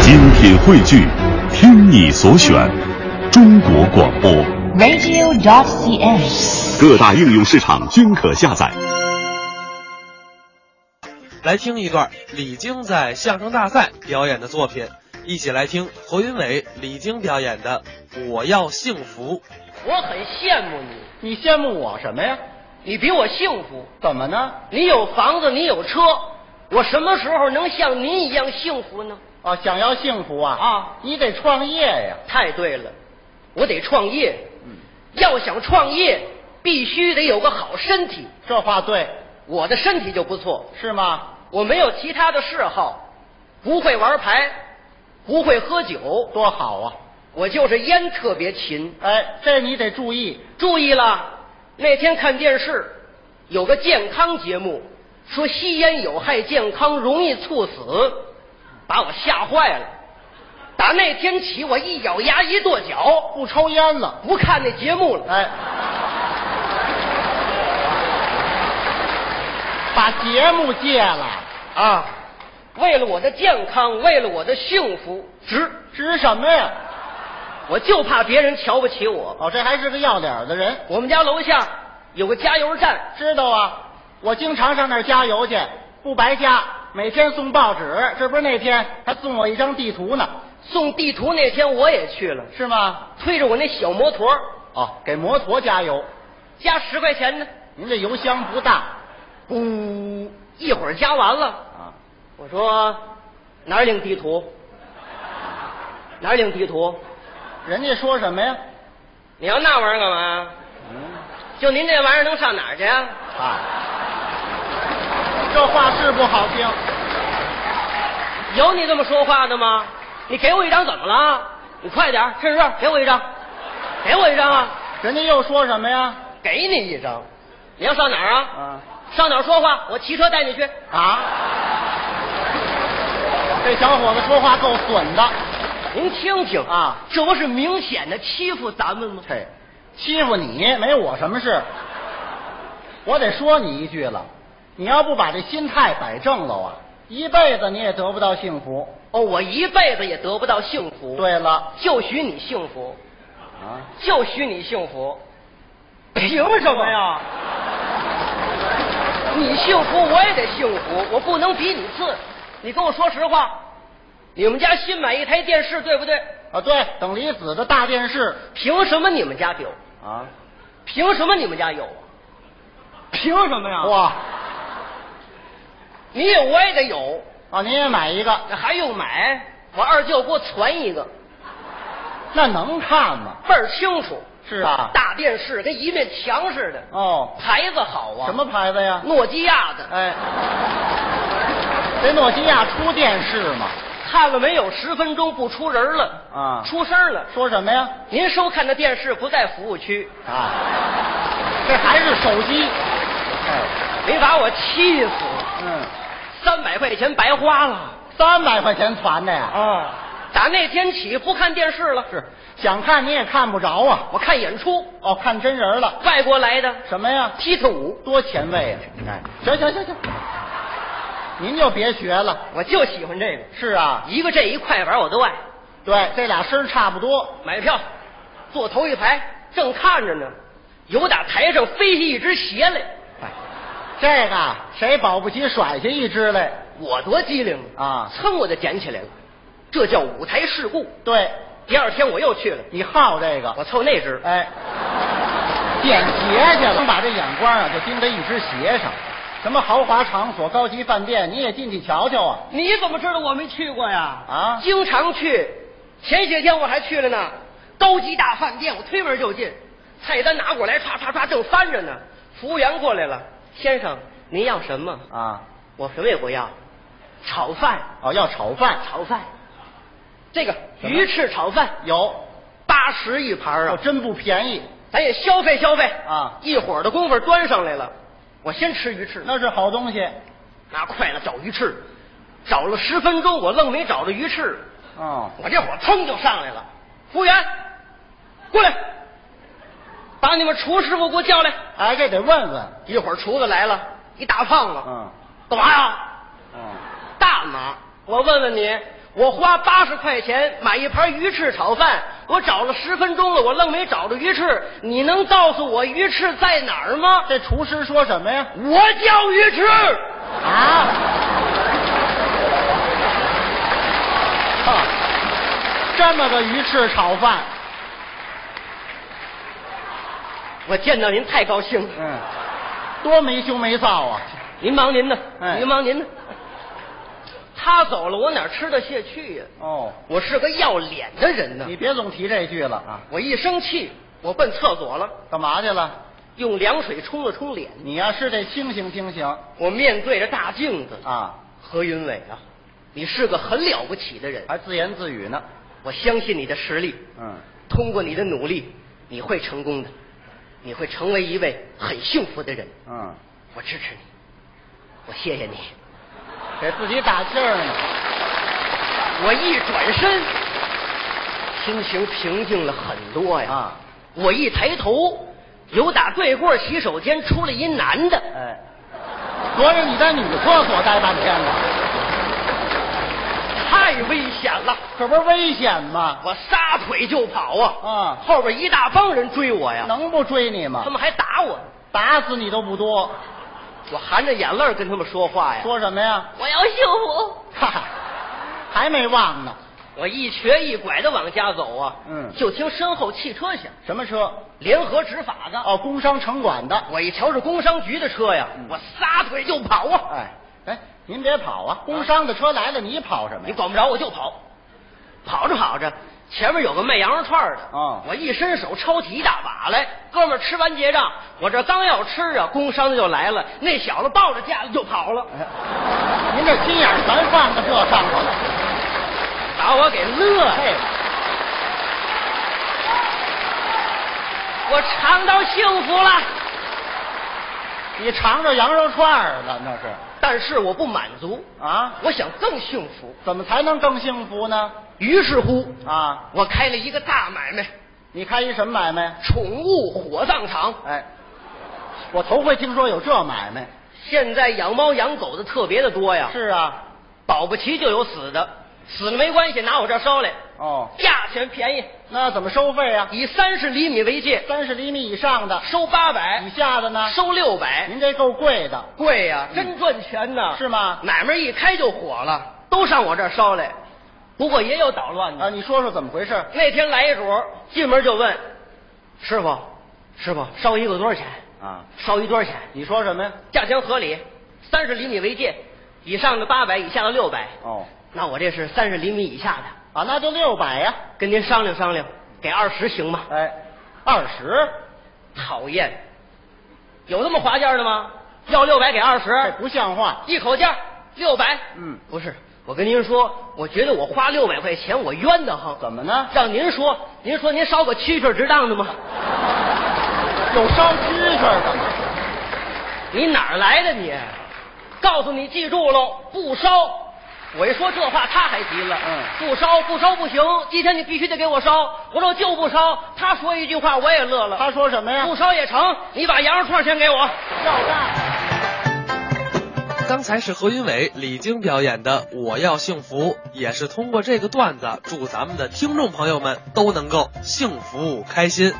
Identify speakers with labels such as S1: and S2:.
S1: 精品汇聚，听你所选，中国广播。
S2: radio.cn。
S1: 各大应用市场均可下载。
S3: 来听一段李菁在相声大赛表演的作品，一起来听何云伟、李菁表演的《我要幸福》。
S4: 我很羡慕你，
S5: 你羡慕我什么呀？
S4: 你比我幸福。
S5: 怎么呢？
S4: 你有房子，你有车，我什么时候能像您一样幸福呢？
S5: 啊，想要幸福啊
S4: 啊
S5: 你得创业呀。
S4: 太对了，我得创业。要想创业，必须得有个好身体。
S5: 这话对，
S4: 我的身体就不错，
S5: 是吗？
S4: 我没有其他的嗜好，不会玩牌，不会喝酒，
S5: 多好啊！
S4: 我就是烟特别勤。
S5: 哎，这你得注意。
S4: 注意了，那天看电视有个健康节目，说吸烟有害健康，容易猝死，把我吓坏了。打那天起，我一咬牙一跺脚，
S5: 不抽烟了。
S4: 不看那节目了。
S5: 哎，把节目戒了啊？
S4: 为了我的健康，为了我的幸福，值。
S5: 值什么呀？
S4: 我就怕别人瞧不起我。
S5: 哦，这还是个要脸的人。
S4: 我们家楼下有个加油站，
S5: 知道啊，我经常上那儿加油去，不白加。每天送报纸，这不是那天还送我一张地图呢，
S4: 送地图那天我也去了，
S5: 是吗？
S4: 推着我那小摩托，
S5: 哦，给摩托加油。
S4: 加十块钱呢，
S5: 您这油箱不大
S4: 呜，嗯一会儿加完了。
S5: 啊？
S4: 我说哪儿领地图？哪儿领地图？
S5: 人家说什么呀？嗯
S4: 你要那玩意儿干嘛？就您这玩意儿能上哪儿去啊？
S5: 啊，这话是不好听。
S4: 有你这么说话的吗？你给我一张怎么了？你快点儿，趁热给我一张，给我一张啊！
S5: 人家又说什么呀？
S4: 给你一张，你要上哪儿啊？
S5: 啊
S4: 上哪儿说话？我骑车带你去。
S5: 啊！这小伙子说话够损的，
S4: 您听听
S5: 啊，
S4: 这不是明显的欺负咱们吗？
S5: 嘿，欺负你没我什么事。我得说你一句了，你要不把这心态摆正了啊，一辈子你也得不到幸福。
S4: 哦，我一辈子也得不到幸福。，
S5: 对了，
S4: 就许你幸福。
S5: 啊，
S4: 就许你幸福。凭什么呀？ 你幸福，我也得幸福，我不能比你次。你跟我说实话，你们家新买一台电视，对不对？
S5: 啊对，等离子的大电视
S4: 凭什么你们家有？
S5: 啊，
S4: 凭什么你们家有啊？凭什么呀
S5: 哇
S4: 你有我也得有，
S5: 啊，您也买一个，
S4: 那还用买？我二舅给我传一个，
S5: 那能看吗？
S4: 倍儿清楚。
S5: 是啊
S4: 大电视跟一面墙似的，
S5: 哦，
S4: 牌子好啊。
S5: 什么？牌子呀？
S4: 诺基亚的。
S5: 哎，这诺基亚出电视嘛？
S4: 看了没有？十分钟不出人了
S5: 啊
S4: 出声了。
S5: 说什么呀？
S4: 您收看的电视不在服务区，
S5: 啊，这还是手机。哎，
S4: 没把我气死了，
S5: 嗯，
S4: 三百块钱白花了
S5: 三百块钱攒的呀。
S4: 啊！打那天起不看电视了，
S5: 是，想看你也看不着啊。
S4: 我看演出，
S5: 哦，看真人了。
S4: 外国来的
S5: 什么呀？
S4: 踢踏舞，
S5: 多前卫啊！哎，行行行行，您就别学了。
S4: 我就喜欢这个，
S5: 是啊，
S4: 一个这一快板我都爱。
S5: 对，这俩声儿差不多。
S4: 买票，坐头一排，正看着呢，有打台上飞下一只鞋来，
S5: 哎，这个啊谁保不齐甩下一只来
S4: 我多机灵
S5: 啊
S4: 噌我就捡起来了，这叫舞台事故。
S5: 对，
S4: 第二天我又去了，
S5: 你好这个。
S4: 我凑那只，
S5: 哎，捡鞋去了，把这眼光啊就盯在一只鞋上。什么豪华场所、高级饭店，你也进去瞧瞧啊！
S4: 你怎么知道我没去过呀？
S5: 啊
S4: 经常去，前些天我还去了呢。高级大饭店，我推门就进，菜单拿过来，唰唰唰，正翻着呢。服务员过来了，先生，您要什么？
S5: 啊，
S4: 我什么也不要，炒饭，
S5: 哦，要炒饭
S4: 炒饭，这个
S5: 什么
S4: 鱼翅炒饭
S5: 有，
S4: 八十一盘
S5: 哦
S4: 啊，，
S5: 真不便宜，
S4: 咱也消费消费
S5: 啊
S4: 一会儿的功夫端上来了，我先吃鱼翅，
S5: 那是好东西。
S4: 拿筷子找鱼翅，找了十分钟，我愣没找着鱼翅。
S5: 哦，
S4: 我这火噌就上来了。服务员，过来，把你们厨师傅给我叫来。
S5: 哎，这得问问。
S4: 一会儿厨子来了，一大胖子，
S5: 嗯，
S4: 干嘛呀？
S5: 嗯，
S4: 大妈，我问问你，我花八十块钱买一盘鱼翅炒饭，我找了十分钟了，我愣没找着鱼翅。你能告诉我鱼翅在哪儿吗？
S5: 这厨师说什么呀？
S4: 我叫鱼翅。
S5: 啊！这么个鱼翅炒饭，
S4: 我见到您太高兴了，
S5: 嗯，多没羞没臊啊！
S4: 您忙您的，
S5: 哎
S4: 您忙您的。他走了，我哪吃得下去呀、
S5: 哦，
S4: 我是个要脸的人呢。
S5: 你别总提这句了啊！
S4: 我一生气，我奔厕所了，
S5: 干嘛去了？
S4: 用凉水冲了冲脸。
S5: 你呀、是得清醒清醒
S4: 我面对着大镜子，
S5: 啊！
S4: 何云伟啊，你是个很了不起的人，
S5: 还自言自语呢。
S4: 我相信你的实力。
S5: 嗯，
S4: 通过你的努力，你会成功的，你会成为一位很幸福的人。
S5: 嗯，
S4: 我支持你，我谢谢你。
S5: 给自己打气儿呢。
S4: 我一转身，心情平静了很多呀。
S5: 啊
S4: 我一抬头，由打对过洗手间出来一男的，
S5: 哎，合着你在女厕所待半天呢，
S4: 太危险了！
S5: 这不是危险吗？
S4: 我撒腿就跑啊！
S5: 啊
S4: 后边一大帮人追我呀，
S5: 能不追你
S4: 他
S5: 吗？
S4: 们还打我，
S5: 打死你都不多。
S4: 我含着眼泪儿跟他们说话呀。
S5: 说什么呀？
S4: 我要幸福。
S5: 哈哈，还没忘呢。
S4: 我一瘸一拐的往家走啊，
S5: 嗯
S4: 就听身后汽车响，
S5: 什么车？
S4: 联合执法的。
S5: 哦，工商城管的。
S4: 我一瞧是工商局的车呀，
S5: 嗯
S4: 我撒腿就跑啊！
S5: 哎哎，您别跑啊！工商的车来了，你跑什么
S4: 你
S5: 呀？
S4: 管不着我就跑，跑着跑着，前面有个卖羊肉串的，
S5: 哦
S4: 我一伸手抄起一大把来，哥们儿吃完结账，我这刚要吃啊，工商的就来了，那小子抱着架子就跑了，
S5: 哎您这心眼儿全放到这上头了。
S4: 把我给乐
S5: 嘿
S4: 的，，我尝到幸福了，
S5: 你尝着羊肉串儿了那是
S4: 但是我不满足，
S5: 啊？
S4: 我想更幸福，
S5: 怎么才能更幸福呢？
S4: 于是乎
S5: 啊，
S4: 我开了一个大买卖，
S5: 你开一什么买卖？
S4: 宠物火葬场。
S5: 哎，我头回听说有这买卖。
S4: 现在养猫养狗的特别的多呀，
S5: 是啊，
S4: 保不齐就有死的，死了没关系，拿我这儿烧来，
S5: 哦，
S4: 价钱便宜，
S5: 那怎么收费啊？
S4: 以三十厘米为界，
S5: 三十厘米以上的，
S4: 收八百
S5: 以，下的呢？
S4: 收六百，
S5: 您这够贵的，
S4: 贵呀，真赚钱呐，
S5: 是吗？
S4: 买卖一开就火了，都上我这儿烧来。不过也有捣乱
S5: 啊，
S4: 的，
S5: 你说说怎么回事？
S4: 那天来一主儿进门就问，师傅，师傅烧一个多少钱？
S5: 啊，
S4: 烧一多少钱？
S5: 你说什么呀？
S4: 价钱合理，三十厘米为界，以上的八百，以下的六百。
S5: 哦，
S4: 那我这是三十厘米以下的，
S5: 啊，那就六百呀。
S4: 跟您商量商量，给二十行吗？
S5: 哎，二十，
S4: 讨厌，有那么划价的吗？要六百给二
S5: 这
S4: 十，
S5: 不像话。
S4: 一口价六百。
S5: 嗯
S4: 不是，我跟您说，我觉得我花六百块钱我冤得慌。
S5: 怎么呢？
S4: 让您说，您说您烧个蛐蛐值当的吗？
S5: 有烧蛐蛐的吗？
S4: 你哪儿来的你？告诉你，记住喽，不烧。我一说这话，他还急了。
S5: 嗯
S4: 不烧，不烧不行，今天你必须得给我烧。我说就不烧。他说一句话，我也乐了。
S5: 他说什么呀？
S4: 不烧也成，你把羊肉串先给我。
S5: 要账。
S3: 刚才是何云伟、李菁表演的《我要幸福》，也是通过这个段子，祝咱们的听众朋友们都能够幸福开心。